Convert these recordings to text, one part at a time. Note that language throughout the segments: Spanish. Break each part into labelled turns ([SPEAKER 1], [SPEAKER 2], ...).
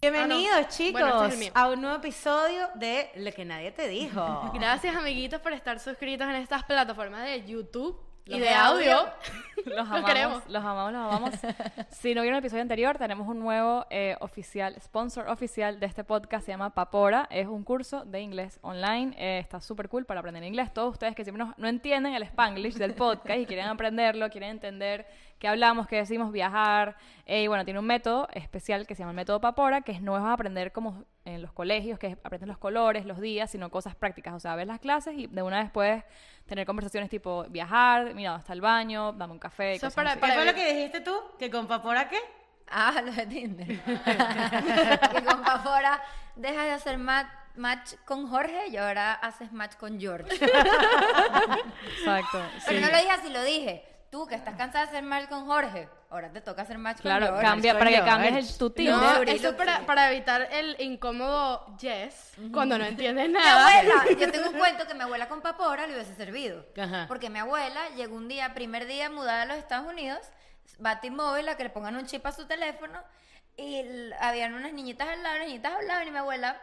[SPEAKER 1] Bienvenidos,
[SPEAKER 2] Ah, no.
[SPEAKER 1] chicos,
[SPEAKER 2] Bueno, este es el mío.
[SPEAKER 1] a un nuevo episodio de Lo que nadie te dijo.
[SPEAKER 2] Gracias, amiguitos, por estar suscritos en estas plataformas de YouTube y
[SPEAKER 3] Los
[SPEAKER 2] de
[SPEAKER 3] de
[SPEAKER 2] audio.
[SPEAKER 3] audio. Los amamos,
[SPEAKER 2] queremos.
[SPEAKER 3] los amamos, los amamos. si no vieron el episodio anterior, tenemos un nuevo eh, oficial, sponsor oficial de este podcast, se llama Papora. Es un curso de inglés online, eh, está súper cool para aprender inglés. Todos ustedes que siempre nos- no entienden el spanglish del podcast y quieren aprenderlo, quieren entender qué hablamos, qué decimos, viajar. eh, y bueno, tiene un método especial que se llama el método Papora, que es no es aprender como en los colegios, que aprendes los colores, los días, sino cosas prácticas. O sea, ves las clases y de una vez puedes tener conversaciones tipo viajar, mira, hasta el baño, dame un café.
[SPEAKER 2] Eso es
[SPEAKER 3] cosas
[SPEAKER 1] ¿Qué
[SPEAKER 2] para-
[SPEAKER 3] así.
[SPEAKER 1] fue
[SPEAKER 2] ver.
[SPEAKER 1] lo que dijiste tú? ¿Que con papora qué?
[SPEAKER 4] Ah, lo de Tinder. que con Papora dejas de hacer ma- match con Jorge y ahora haces match con George.
[SPEAKER 3] Exacto.
[SPEAKER 4] Pero
[SPEAKER 3] sí.
[SPEAKER 4] no lo dije así, lo dije. Tú que estás cansada de hacer match con Jorge, ahora te toca hacer match
[SPEAKER 3] Claro,
[SPEAKER 4] con George.
[SPEAKER 3] cambia, para que
[SPEAKER 4] eh.
[SPEAKER 3] cambies el, tu
[SPEAKER 2] No,
[SPEAKER 3] Tinder.
[SPEAKER 4] Luri,
[SPEAKER 2] eso es
[SPEAKER 4] Luri.
[SPEAKER 2] para, para evitar el incómodo yes cuando no entiendes
[SPEAKER 4] Mi
[SPEAKER 1] Ah,
[SPEAKER 2] nada.
[SPEAKER 4] abuela, yo tengo un cuento que mi abuela con papora le hubiese servido.
[SPEAKER 1] Ajá.
[SPEAKER 4] Porque mi abuela llegó un día, primer día mudada a los Estados Unidos, va a T-Mobile a que le pongan un chip a su teléfono y l- habían unas niñitas al lado, las niñitas hablaban y mi abuela,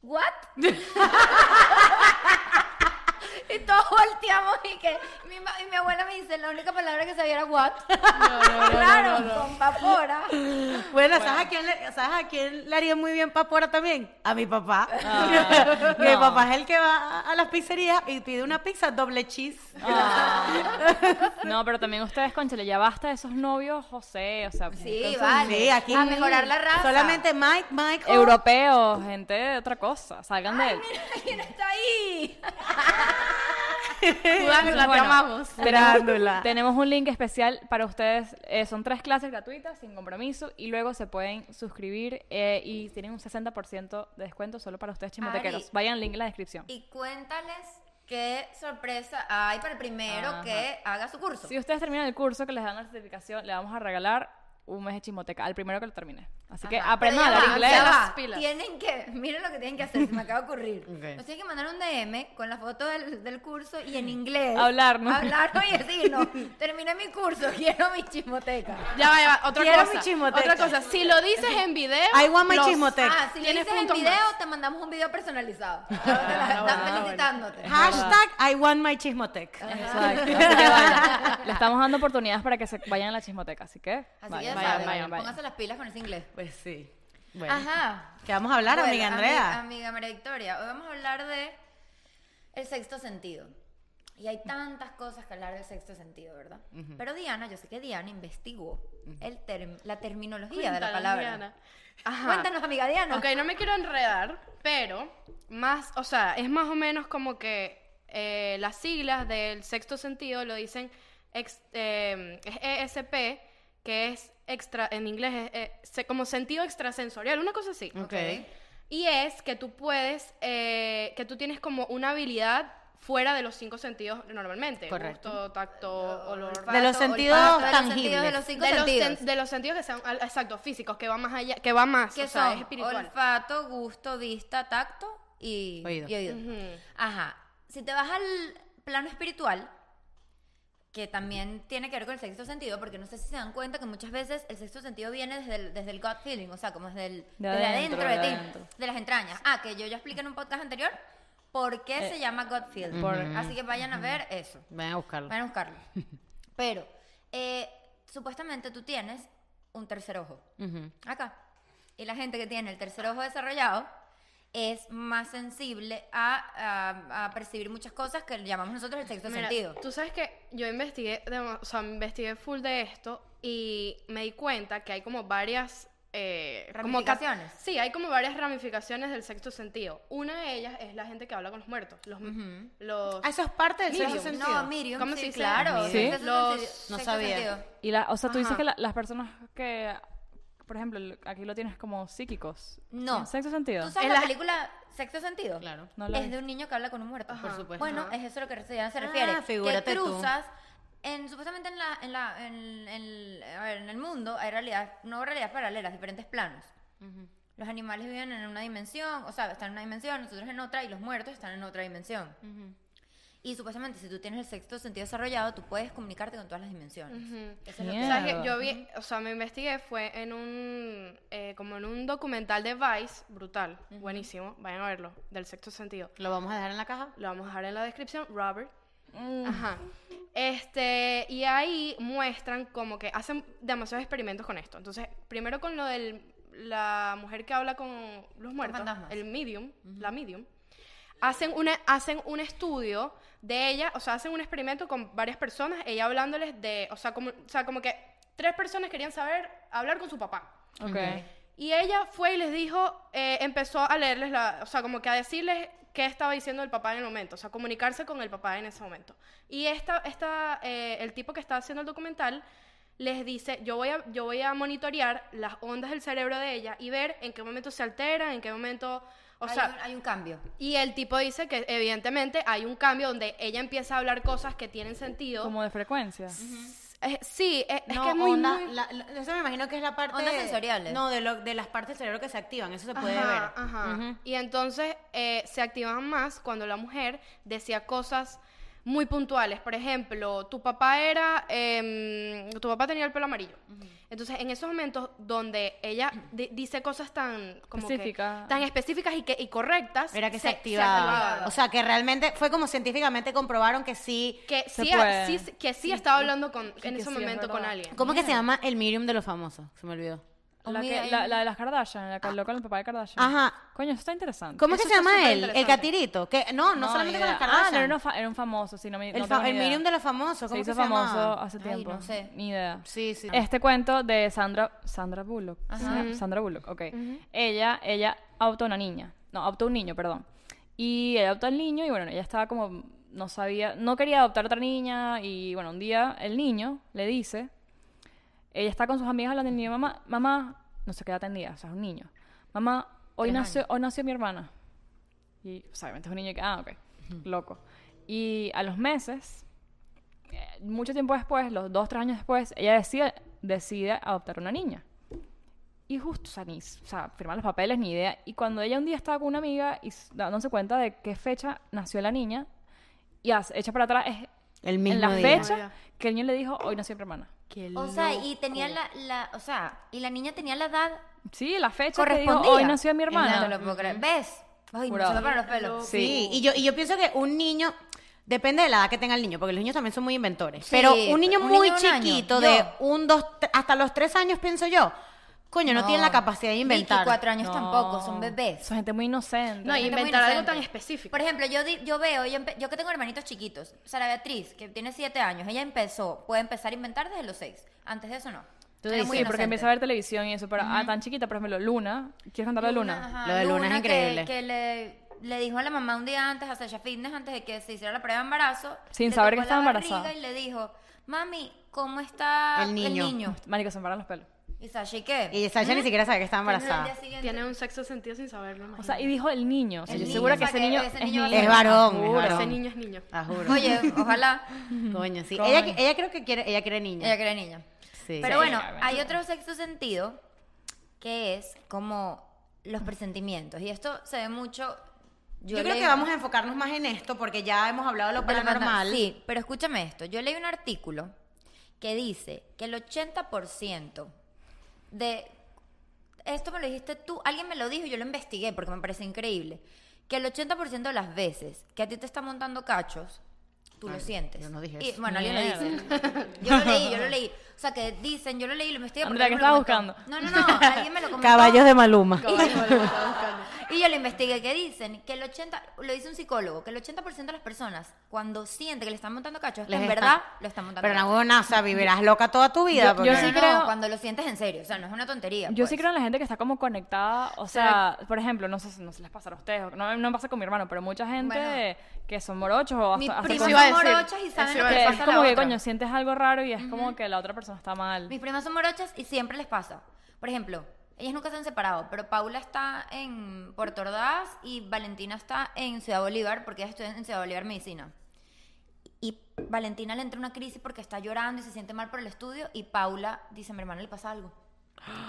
[SPEAKER 4] ¿what? y todos volteamos y que mi, ma- y mi abuela me dice, la única palabra que sabía era what. claro, con papora.
[SPEAKER 1] Bueno, ¿sabes, a quién le, ¿sabes a quién le haría muy bien papora también? A mi papá.
[SPEAKER 3] Ah,
[SPEAKER 1] Mi
[SPEAKER 3] no.
[SPEAKER 1] papá es el que va a, a las pizzerías y pide una pizza doble cheese.
[SPEAKER 3] Ah. No, pero también ustedes, conchale, ya basta de esos novios, José, o sea,
[SPEAKER 4] Sí,
[SPEAKER 3] con-
[SPEAKER 4] vale.
[SPEAKER 1] Sí, aquí.
[SPEAKER 4] A mejorar la raza.
[SPEAKER 1] Solamente Mike, Mike. oh.
[SPEAKER 3] europeos, gente de otra cosa, salgan de él.
[SPEAKER 4] ¿Quién está ahí?
[SPEAKER 2] Jugándola, te
[SPEAKER 3] Bueno,
[SPEAKER 2] amamos.
[SPEAKER 1] Farándula.
[SPEAKER 3] Tenemos un link especial para ustedes. eh, son tres clases gratuitas, sin compromiso, y luego se pueden suscribir eh, y tienen un 60% de descuento solo para ustedes chismotequeros.
[SPEAKER 4] Ari.
[SPEAKER 3] Vayan al link en la descripción.
[SPEAKER 4] Y cuéntales qué sorpresa hay para el primero
[SPEAKER 3] Ajá.
[SPEAKER 4] que haga su curso.
[SPEAKER 3] Si ustedes terminan el curso que les dan la certificación, le vamos a regalar un mes de chismoteca al primero que lo termine. Así que
[SPEAKER 4] Ajá.
[SPEAKER 3] aprendan a
[SPEAKER 4] Pero
[SPEAKER 3] hablar
[SPEAKER 4] ya va,
[SPEAKER 3] inglés.
[SPEAKER 4] ya
[SPEAKER 2] las
[SPEAKER 4] va.
[SPEAKER 2] pilas.
[SPEAKER 4] Tienen que, miren lo que tienen que hacer, se me acaba de ocurrir.
[SPEAKER 1] Ok.
[SPEAKER 4] Nos tienen que mandar un DM con la foto del, del curso y en inglés.
[SPEAKER 3] Hablarnos.
[SPEAKER 4] Hablarnos y decirnos, terminé mi curso, quiero mi chismoteca.
[SPEAKER 2] Ya va, ya va. Otra
[SPEAKER 1] Quiero mi
[SPEAKER 2] cosa.
[SPEAKER 1] chismoteca.
[SPEAKER 2] otra cosa. Si lo dices en video.
[SPEAKER 1] I want my
[SPEAKER 2] los-
[SPEAKER 1] chismoteca.
[SPEAKER 4] Ah, si le
[SPEAKER 2] Tienes
[SPEAKER 4] dices en
[SPEAKER 2] puntos
[SPEAKER 4] video,
[SPEAKER 2] más.
[SPEAKER 4] te mandamos un video personalizado. Están felicitándote.
[SPEAKER 1] Hashtag I want my chismotec.
[SPEAKER 3] Exacto. Así que vayan. Le estamos dando oportunidades para que se vayan a la chismoteca. Así que
[SPEAKER 4] Así que
[SPEAKER 3] vayan,
[SPEAKER 4] ya
[SPEAKER 3] vayan,
[SPEAKER 4] saben,
[SPEAKER 3] vayan, vayan.
[SPEAKER 4] pónganse las pilas con ese inglés.
[SPEAKER 1] Pues sí. Bueno.
[SPEAKER 4] Ajá.
[SPEAKER 1] ¿Qué vamos a hablar,
[SPEAKER 4] Bueno,
[SPEAKER 1] amiga
[SPEAKER 4] ami-
[SPEAKER 1] Andrea?
[SPEAKER 4] amiga María Victoria, hoy vamos a hablar de el sexto sentido. Y hay tantas cosas que hablar del sexto sentido, ¿verdad? Pero Diana, yo sé que Diana investigó el term- la terminología de
[SPEAKER 2] Cuéntanos,
[SPEAKER 4] la palabra.
[SPEAKER 2] Diana. Ajá.
[SPEAKER 4] Cuéntanos, amiga Diana.
[SPEAKER 2] Ok, no me quiero enredar, pero más, o sea, es más o menos como que eh, las siglas del sexto sentido lo dicen ex- eh, es ESP, que es extra, en inglés es eh, se- como sentido extrasensorial, una cosa así.
[SPEAKER 4] Ah.
[SPEAKER 1] Ok.
[SPEAKER 2] Y es que tú puedes, eh, que tú tienes como una habilidad fuera de los cinco sentidos normalmente.
[SPEAKER 1] Correcto.
[SPEAKER 2] Gusto, tacto, olor.
[SPEAKER 1] De los
[SPEAKER 4] Olfato,
[SPEAKER 1] sentidos
[SPEAKER 4] olfato, de los
[SPEAKER 1] tangibles.
[SPEAKER 4] sentidos de los cinco
[SPEAKER 2] de los,
[SPEAKER 4] sentidos.
[SPEAKER 2] sen- de los sentidos que sean, al- exacto, físicos, que va más allá, que va más,
[SPEAKER 4] que
[SPEAKER 2] o sea,
[SPEAKER 4] son
[SPEAKER 2] es espiritual.
[SPEAKER 4] olfato, gusto, vista, tacto y
[SPEAKER 1] Oído.
[SPEAKER 4] y oído.
[SPEAKER 2] Ujú.
[SPEAKER 4] Ajá. Si te vas al plano espiritual, que también tiene que ver con el sexto sentido, porque no sé si se dan cuenta que muchas veces el sexto sentido viene desde el, desde el gut feeling, o sea, como desde, el,
[SPEAKER 3] De
[SPEAKER 4] desde
[SPEAKER 3] adentro,
[SPEAKER 4] adentro, de,
[SPEAKER 3] de
[SPEAKER 4] ti,
[SPEAKER 3] adentro.
[SPEAKER 4] de las entrañas. Ah, que yo ya expliqué en un podcast anterior por qué se llama gut feeling.
[SPEAKER 3] Eh, por-
[SPEAKER 4] Así que vayan a ver eso.
[SPEAKER 1] Ven a buscarlo.
[SPEAKER 4] Van a buscarlo. Pero, eh, supuestamente tú tienes un tercer ojo. Acá. Y la gente que tiene el tercer ojo desarrollado es más sensible a, a- a percibir muchas cosas que llamamos nosotros el sexto
[SPEAKER 2] Mira,
[SPEAKER 4] sentido.
[SPEAKER 2] Tú sabes que yo investigué, demo- o sea, investigué full de esto y me di cuenta que hay como varias... eh, como ca-
[SPEAKER 4] Ramificaciones.
[SPEAKER 2] sí, hay como varias ramificaciones del sexto sentido. Una de ellas es la gente que habla con los muertos. Los, los
[SPEAKER 1] Ah, Eso es parte del
[SPEAKER 2] Medium.
[SPEAKER 1] sexto sentido.
[SPEAKER 4] No, Miriam,
[SPEAKER 2] ¿Cómo
[SPEAKER 4] sí,
[SPEAKER 2] se dice?
[SPEAKER 4] claro.
[SPEAKER 3] ¿Sí?
[SPEAKER 4] sexto
[SPEAKER 2] Los-
[SPEAKER 4] sentido-
[SPEAKER 1] no
[SPEAKER 4] sexto
[SPEAKER 1] sabía.
[SPEAKER 4] sentido.
[SPEAKER 3] Y la, o sea, tú dices
[SPEAKER 2] Ajá.
[SPEAKER 3] que la- las personas que, por ejemplo, el- aquí lo tienes como psíquicos.
[SPEAKER 4] No.
[SPEAKER 3] ¿En sexto sentido?
[SPEAKER 4] ¿Tú sabes
[SPEAKER 2] En
[SPEAKER 4] la
[SPEAKER 2] la-
[SPEAKER 4] película Sexto Sentido?
[SPEAKER 1] Claro.
[SPEAKER 3] No la
[SPEAKER 4] es
[SPEAKER 3] vi.
[SPEAKER 4] de un niño que habla con un muerto.
[SPEAKER 2] Por
[SPEAKER 1] supuesto.
[SPEAKER 4] Bueno,
[SPEAKER 2] Ajá.
[SPEAKER 4] es eso lo que Diana se
[SPEAKER 1] Ah,
[SPEAKER 4] refiere.
[SPEAKER 1] figúrate
[SPEAKER 4] que
[SPEAKER 1] tú.
[SPEAKER 4] cruzas en supuestamente en la en la en, en- a ver, en el mundo hay realidades, no realidades paralelas, diferentes planos. Los animales viven en una dimensión, o sea, están en una dimensión, nosotros en otra y los muertos están en otra dimensión. Y supuestamente, si tú tienes el sexto sentido desarrollado, tú puedes comunicarte con todas las dimensiones.
[SPEAKER 2] Ujú.
[SPEAKER 4] Eso es lo que-
[SPEAKER 3] Mierda.
[SPEAKER 2] ¿Sabes qué? Yo vi, o sea, me investigué, fue en un, eh, como en un documental de Vice, brutal, buenísimo, vayan a verlo, del sexto sentido.
[SPEAKER 1] ¿Lo vamos a dejar en la caja?
[SPEAKER 2] Lo vamos a dejar en la descripción, Robert.
[SPEAKER 3] Mm,
[SPEAKER 2] Ajá. Este, y ahí muestran como que hacen demasiados experimentos con esto. Entonces, primero con lo de la mujer que habla con los muertos,
[SPEAKER 4] fantasmas.
[SPEAKER 2] el medium, la medium. Hacen, una, hacen un estudio de ella, o sea, hacen un experimento con varias personas, ella hablándoles de, o sea, como, o sea, como que tres personas querían saber hablar con su papá.
[SPEAKER 3] Ok.
[SPEAKER 2] Y ella fue y les dijo, eh, empezó a leerles, la, o sea, como que a decirles qué estaba diciendo el papá en el momento, o sea, comunicarse con el papá en ese momento. Y esta, esta, eh, el tipo que está haciendo el documental les dice, yo voy, a, yo voy a monitorear las ondas del cerebro de ella y ver en qué momento se alteran, en qué momento, o
[SPEAKER 4] hay,
[SPEAKER 2] sea...
[SPEAKER 4] un, hay un cambio.
[SPEAKER 2] Y el tipo dice que evidentemente hay un cambio donde ella empieza a hablar cosas que tienen sentido.
[SPEAKER 3] Como de frecuencia.
[SPEAKER 2] Eh, sí, eh, es
[SPEAKER 1] No,
[SPEAKER 2] que es muy,
[SPEAKER 1] onda-
[SPEAKER 2] muy-
[SPEAKER 1] la- la- eso me imagino que es la parte...
[SPEAKER 4] Ondas sensoriales.
[SPEAKER 1] No, de, lo- de las partes del cerebro que se activan, eso se puede
[SPEAKER 2] Ajá,
[SPEAKER 1] ver.
[SPEAKER 2] ajá.
[SPEAKER 1] Ujú.
[SPEAKER 2] Y entonces eh, se activaban más cuando la mujer decía cosas muy puntuales. Por ejemplo, tu papá era, em, tu papá tenía el pelo amarillo. Entonces, en esos momentos donde ella di- dice cosas tan como que-
[SPEAKER 3] Específicas.
[SPEAKER 2] tan específicas y que y correctas,
[SPEAKER 1] Era que se,
[SPEAKER 2] se
[SPEAKER 1] activaba.
[SPEAKER 2] activaba.
[SPEAKER 1] O sea, que realmente fue como científicamente comprobaron que sí.
[SPEAKER 2] que
[SPEAKER 3] Se
[SPEAKER 2] sí,
[SPEAKER 3] puede.
[SPEAKER 2] sí, que sí estaba hablando con,
[SPEAKER 3] que
[SPEAKER 2] en ese
[SPEAKER 3] sí es
[SPEAKER 2] momento con
[SPEAKER 3] verdad.
[SPEAKER 2] alguien.
[SPEAKER 1] ¿Cómo que se llama el medium de los famosos? Se me olvidó. Oh,
[SPEAKER 3] La, que- la- la de las Kardashian, la que habló con el papá de Kardashian.
[SPEAKER 1] Ah. Ajá.
[SPEAKER 3] Coño, eso está interesante.
[SPEAKER 1] ¿Cómo es
[SPEAKER 2] Eso
[SPEAKER 1] que se
[SPEAKER 2] está
[SPEAKER 1] llama él? El
[SPEAKER 2] superinteresante.
[SPEAKER 1] catirito. Que no, no, solamente
[SPEAKER 3] idea.
[SPEAKER 1] con las Kardashian.
[SPEAKER 3] Ah, no, era, una fa- era un famoso, sí, no me
[SPEAKER 1] el,
[SPEAKER 3] no
[SPEAKER 1] fa-
[SPEAKER 3] tengo ni
[SPEAKER 1] el
[SPEAKER 3] idea.
[SPEAKER 1] medium de los famosos.
[SPEAKER 3] Se
[SPEAKER 1] ¿Cómo
[SPEAKER 3] hizo
[SPEAKER 1] que se llama?
[SPEAKER 3] famoso hace
[SPEAKER 4] Ay,
[SPEAKER 3] tiempo.
[SPEAKER 4] no sé.
[SPEAKER 3] Ni idea.
[SPEAKER 1] Sí, sí.
[SPEAKER 3] Este cuento de Sandra, Sandra Bullock.
[SPEAKER 4] Ajá.
[SPEAKER 3] Sa- Sandra Bullock, ok. Ella, ella adoptó una niña. No, adoptó un niño, perdón. Y ella adoptó al niño y bueno, ella estaba como, no sabía, no quería adoptar a otra niña y bueno, un día el niño le dice, ella está con sus amigas hablando del niño, mamá, mamá, no sé qué edad tenía, o sea, es un niño. Mamá, hoy
[SPEAKER 4] Tres
[SPEAKER 3] nació, hoy nació mi hermana. Y, o sea, obviamente es un niño que, ah, ok, loco. Y a los meses, eh, mucho tiempo después, los dos, tres años después, ella decide, decide adoptar una niña. Y justo, o sea, ni, o sea, firmar los papeles, ni idea. Y cuando ella un día estaba con una amiga y s- dándose cuenta de qué fecha nació la niña, y as- echa para atrás, es
[SPEAKER 1] El mismo
[SPEAKER 3] en la
[SPEAKER 1] día.
[SPEAKER 3] fecha que el niño le dijo, hoy nació mi hermana.
[SPEAKER 4] O sea, y tenía la, la, o sea, y la niña tenía la edad
[SPEAKER 3] Sí, la fecha que dijo,
[SPEAKER 4] correspondía.
[SPEAKER 3] hoy nació mi
[SPEAKER 4] No
[SPEAKER 3] hermana.
[SPEAKER 4] te lo puedo creer. ¿Ves? Ay,
[SPEAKER 3] Jurado.
[SPEAKER 4] me para los pelos.
[SPEAKER 1] Sí, y yo, y yo pienso que un niño, depende de la edad que tenga el niño, porque los niños también son muy inventores.
[SPEAKER 4] Sí,
[SPEAKER 1] pero un niño
[SPEAKER 4] un
[SPEAKER 1] muy
[SPEAKER 4] niño de un año,
[SPEAKER 1] chiquito,
[SPEAKER 4] yo.
[SPEAKER 1] de un, dos, tre- hasta los tres años, pienso yo, coño, no, tiene la capacidad de inventar.
[SPEAKER 4] Vicky, cuatro años
[SPEAKER 3] No.
[SPEAKER 4] tampoco, son bebés.
[SPEAKER 3] Son gente muy inocente.
[SPEAKER 2] No, y
[SPEAKER 4] Gente muy
[SPEAKER 2] inventar algo
[SPEAKER 4] inocente.
[SPEAKER 2] tan específico.
[SPEAKER 4] Por ejemplo, yo, di- yo veo, yo, empe- yo que tengo hermanitos chiquitos, Sara Beatriz, que tiene siete años, ella empezó, puede empezar a inventar desde los seis. Antes de eso no.
[SPEAKER 1] Tú
[SPEAKER 4] Era
[SPEAKER 1] dices,
[SPEAKER 4] muy
[SPEAKER 3] sí, porque
[SPEAKER 4] inocente.
[SPEAKER 3] empieza a ver televisión y eso, pero ah, tan chiquita, por ejemplo, Luna. ¿Quieres contar de Luna?
[SPEAKER 4] ajá,
[SPEAKER 1] Lo de Luna es
[SPEAKER 4] que-
[SPEAKER 1] increíble.
[SPEAKER 4] Que, le, le dijo a la mamá un día antes, a Sasha Fitness, antes de que se hiciera la prueba de embarazo.
[SPEAKER 3] Sin
[SPEAKER 4] le
[SPEAKER 3] saber que
[SPEAKER 4] tocó la
[SPEAKER 3] estaba
[SPEAKER 4] barriga
[SPEAKER 3] embarazada.
[SPEAKER 4] Y le dijo, mami, ¿cómo está
[SPEAKER 1] El niño".
[SPEAKER 3] Marica, se me paran los pelos.
[SPEAKER 4] Y Sasha, ¿y qué? ¿Mm?
[SPEAKER 1] Y Sasha ni siquiera sabe que está embarazada.
[SPEAKER 2] Tiene un sexto sentido sin saberlo.
[SPEAKER 3] O
[SPEAKER 2] imagínate.
[SPEAKER 3] sea, y dijo el niño. O sea,
[SPEAKER 4] El
[SPEAKER 3] yo
[SPEAKER 4] niño,
[SPEAKER 3] segura
[SPEAKER 4] o
[SPEAKER 3] que
[SPEAKER 4] sea,
[SPEAKER 3] ese
[SPEAKER 4] que
[SPEAKER 3] niño
[SPEAKER 4] ese
[SPEAKER 3] es
[SPEAKER 4] niño va a
[SPEAKER 3] niño.
[SPEAKER 4] ser-
[SPEAKER 1] Es varón, es
[SPEAKER 2] Juro, ese
[SPEAKER 1] varón.
[SPEAKER 2] niño es niño.
[SPEAKER 1] Ah, juro.
[SPEAKER 4] Oye, oh, ojalá.
[SPEAKER 1] Coño, sí.
[SPEAKER 3] Coño.
[SPEAKER 1] Ella, ella creo que quiere, ella quiere niño.
[SPEAKER 4] Ella que era niña.
[SPEAKER 1] Sí.
[SPEAKER 4] Pero
[SPEAKER 3] Sí,
[SPEAKER 4] bueno,
[SPEAKER 3] ya, bueno.
[SPEAKER 4] hay otro sexto sentido que es como los presentimientos. Y esto se ve mucho.
[SPEAKER 1] yo
[SPEAKER 4] leí
[SPEAKER 1] creo que
[SPEAKER 4] un-
[SPEAKER 1] vamos a enfocarnos más en esto porque ya hemos hablado de lo
[SPEAKER 4] de lo
[SPEAKER 1] paranormal.
[SPEAKER 4] Sí, pero escúchame esto. Yo leí un artículo que dice que el 80% de. Esto me lo dijiste tú, alguien me lo dijo y yo lo investigué porque me parece increíble. Que el 80% de las veces que a ti te está montando cachos, tú lo sientes.
[SPEAKER 1] yo no dije
[SPEAKER 4] Y,
[SPEAKER 1] eso.
[SPEAKER 4] Bueno, alguien lo dice. Yo lo leí, yo lo leí. O sea, que dicen, yo lo leí y lo investigué. porque
[SPEAKER 3] Andrea, ¿qué
[SPEAKER 4] alguien me
[SPEAKER 3] estabas
[SPEAKER 4] lo comentó. No, no, no, alguien me lo comentó.
[SPEAKER 1] Caballos de Maluma.
[SPEAKER 4] Y yo lo investigué que dicen que el 80, lo dice un psicólogo, que el 80% de las personas cuando siente que le están montando cacho, es que
[SPEAKER 1] Les
[SPEAKER 4] en
[SPEAKER 1] está-
[SPEAKER 4] verdad lo están montando
[SPEAKER 1] Pero
[SPEAKER 4] cacho.
[SPEAKER 1] no, huevona, o sea, vivirás loca toda tu vida.
[SPEAKER 3] Yo- yo
[SPEAKER 1] porque-
[SPEAKER 3] sí
[SPEAKER 4] No, no,
[SPEAKER 3] creo-
[SPEAKER 4] no, cuando lo sientes en serio, o sea, no es una tontería.
[SPEAKER 3] Yo
[SPEAKER 4] pues.
[SPEAKER 3] sí creo en la gente que está como conectada, o sea, por ejemplo, no sé si no se les pasará a ustedes, o- no, no me pasa con mi hermano, pero mucha gente
[SPEAKER 4] Bueno.
[SPEAKER 3] que son morochos o
[SPEAKER 4] Mis
[SPEAKER 3] hasta, hasta
[SPEAKER 4] primas
[SPEAKER 3] con-
[SPEAKER 2] iba a
[SPEAKER 4] son
[SPEAKER 2] decir,
[SPEAKER 4] morochas y saben
[SPEAKER 2] eso iba
[SPEAKER 4] lo que
[SPEAKER 2] a
[SPEAKER 4] le
[SPEAKER 3] que
[SPEAKER 2] decir.
[SPEAKER 3] es
[SPEAKER 4] pasa a la
[SPEAKER 3] como que
[SPEAKER 4] otra.
[SPEAKER 3] coño, sientes algo raro y es como que la otra persona está mal.
[SPEAKER 4] Mis primas son morochas y siempre les pasa. Por ejemplo, ellas nunca se han separado, pero Paula está en Puerto Ordaz y Valentina está en Ciudad Bolívar porque ella estudia en Ciudad Bolívar Medicina. Y Valentina le entra una crisis porque está llorando y se siente mal por el estudio y Paula dice, mi hermana le pasa algo.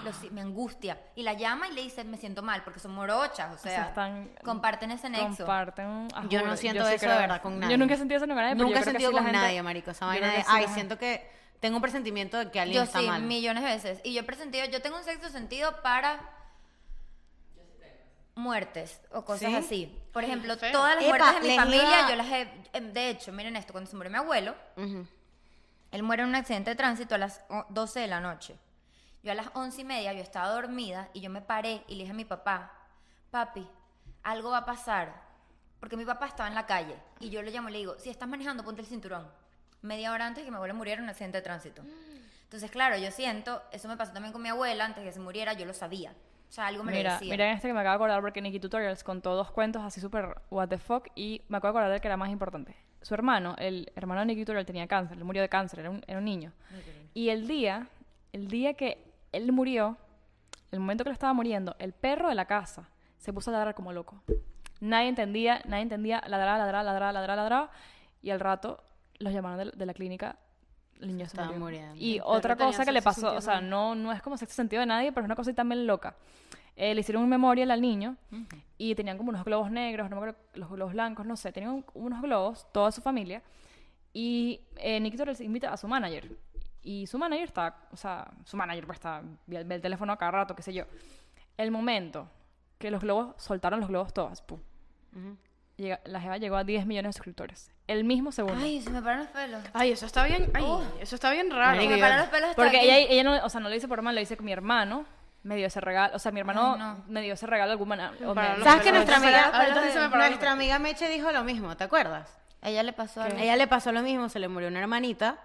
[SPEAKER 4] Lo si- me angustia. Y la llama y le dice, me siento mal, porque son morochas, o sea,
[SPEAKER 3] están-
[SPEAKER 4] comparten ese nexo.
[SPEAKER 3] Comparten. ah,
[SPEAKER 1] Yo no
[SPEAKER 3] juro,
[SPEAKER 1] siento
[SPEAKER 3] sí
[SPEAKER 1] eso
[SPEAKER 3] creo
[SPEAKER 1] de verdad con nadie.
[SPEAKER 3] Yo nunca he sentido eso con nadie. pero
[SPEAKER 1] Nunca
[SPEAKER 3] yo
[SPEAKER 1] he
[SPEAKER 3] creo que
[SPEAKER 1] sentido
[SPEAKER 3] sí la
[SPEAKER 1] con
[SPEAKER 3] gente-
[SPEAKER 1] nadie, marico. Esa
[SPEAKER 3] yo
[SPEAKER 1] vaina
[SPEAKER 3] creo
[SPEAKER 1] de,
[SPEAKER 3] que sí la
[SPEAKER 1] ay,
[SPEAKER 3] gente-
[SPEAKER 1] siento que tengo un presentimiento de que alguien
[SPEAKER 4] Yo
[SPEAKER 1] está
[SPEAKER 4] sí,
[SPEAKER 1] mal.
[SPEAKER 4] millones de veces. Y yo he presentido, yo tengo un sexto sentido para muertes o cosas
[SPEAKER 1] ¿Sí?
[SPEAKER 4] así. Por ejemplo,
[SPEAKER 2] feo.
[SPEAKER 4] todas las
[SPEAKER 1] Epa,
[SPEAKER 4] muertes de mi
[SPEAKER 1] les
[SPEAKER 4] familia,
[SPEAKER 1] iba-
[SPEAKER 4] yo las he... em, De hecho, miren esto, cuando se murió mi abuelo,
[SPEAKER 1] Ujú.
[SPEAKER 4] él muere en un accidente de tránsito a las o- 12 de la noche. Yo a las 11 y media, yo estaba dormida y yo me paré y le dije a mi papá, papi, algo va a pasar. Porque mi papá estaba en la calle y yo lo llamo y le digo, si estás manejando, ponte el cinturón. Media hora antes de que mi abuelo muriera en un accidente de tránsito. Entonces, claro, yo siento, eso me pasó también con mi abuela, antes de que se muriera, yo lo sabía. O sea, algo me lo
[SPEAKER 3] Mira,
[SPEAKER 4] decía.
[SPEAKER 3] mira este que me acabo de acordar porque Nikki Tutorials contó dos cuentos así súper what the fuck y me acabo de acordar del que era más importante. Su hermano, el hermano de Nikki Tutorials tenía cáncer, él murió de cáncer, era un, era un niño. Y el día, el día que él murió, el momento que lo estaba muriendo, el perro de la casa se puso a ladrar como loco. Nadie entendía, nadie entendía, ladraba, ladraba, ladraba, ladraba, ladraba. Y al rato los llamaron de, la- de la clínica, el niño se
[SPEAKER 1] Estaba
[SPEAKER 3] murió.
[SPEAKER 1] muriendo.
[SPEAKER 3] Y
[SPEAKER 2] perro
[SPEAKER 3] otra
[SPEAKER 2] tenía
[SPEAKER 3] cosa que le
[SPEAKER 2] sexto
[SPEAKER 3] pasó, o
[SPEAKER 2] sentido
[SPEAKER 3] sea,
[SPEAKER 2] también.
[SPEAKER 3] no, no es como sexto sentido de nadie, pero es una cosa también loca. Eh, le hicieron un memorial al niño y tenían como unos globos negros, no me acuerdo, los globos blancos, no sé, tenían un- unos globos, toda su familia. Y eh, Nicky Torres invita a su manager. Y su manager está, o sea, su manager pues está, ve el, ve el teléfono a cada rato, qué sé yo. El momento que los globos, soltaron los globos todos, pum. Llega- la Jeva llegó a 10 millones de suscriptores. El mismo segundo.
[SPEAKER 4] Ay, se me pararon los pelos.
[SPEAKER 2] Ay, eso está bien. Ay, eso está bien raro.
[SPEAKER 4] Se me
[SPEAKER 1] yo-
[SPEAKER 4] pararon los pelos hasta
[SPEAKER 3] Porque
[SPEAKER 4] aquí.
[SPEAKER 3] ella, ella no, o sea, no lo dice por mal, lo dice que mi hermano me dio ese regalo. O sea, mi hermano
[SPEAKER 4] Ay, no.
[SPEAKER 3] me dio ese regalo de alguna manera. o
[SPEAKER 2] Para
[SPEAKER 3] me-
[SPEAKER 2] los
[SPEAKER 1] ¿Sabes que
[SPEAKER 2] pelos.
[SPEAKER 1] nuestra
[SPEAKER 2] Ahorita
[SPEAKER 1] amiga,
[SPEAKER 2] se me pararon los pelos.
[SPEAKER 1] nuestra amiga Meche dijo lo mismo, ¿te acuerdas?
[SPEAKER 4] Ella le pasó algo.
[SPEAKER 1] A ella le pasó lo mismo, se le murió una hermanita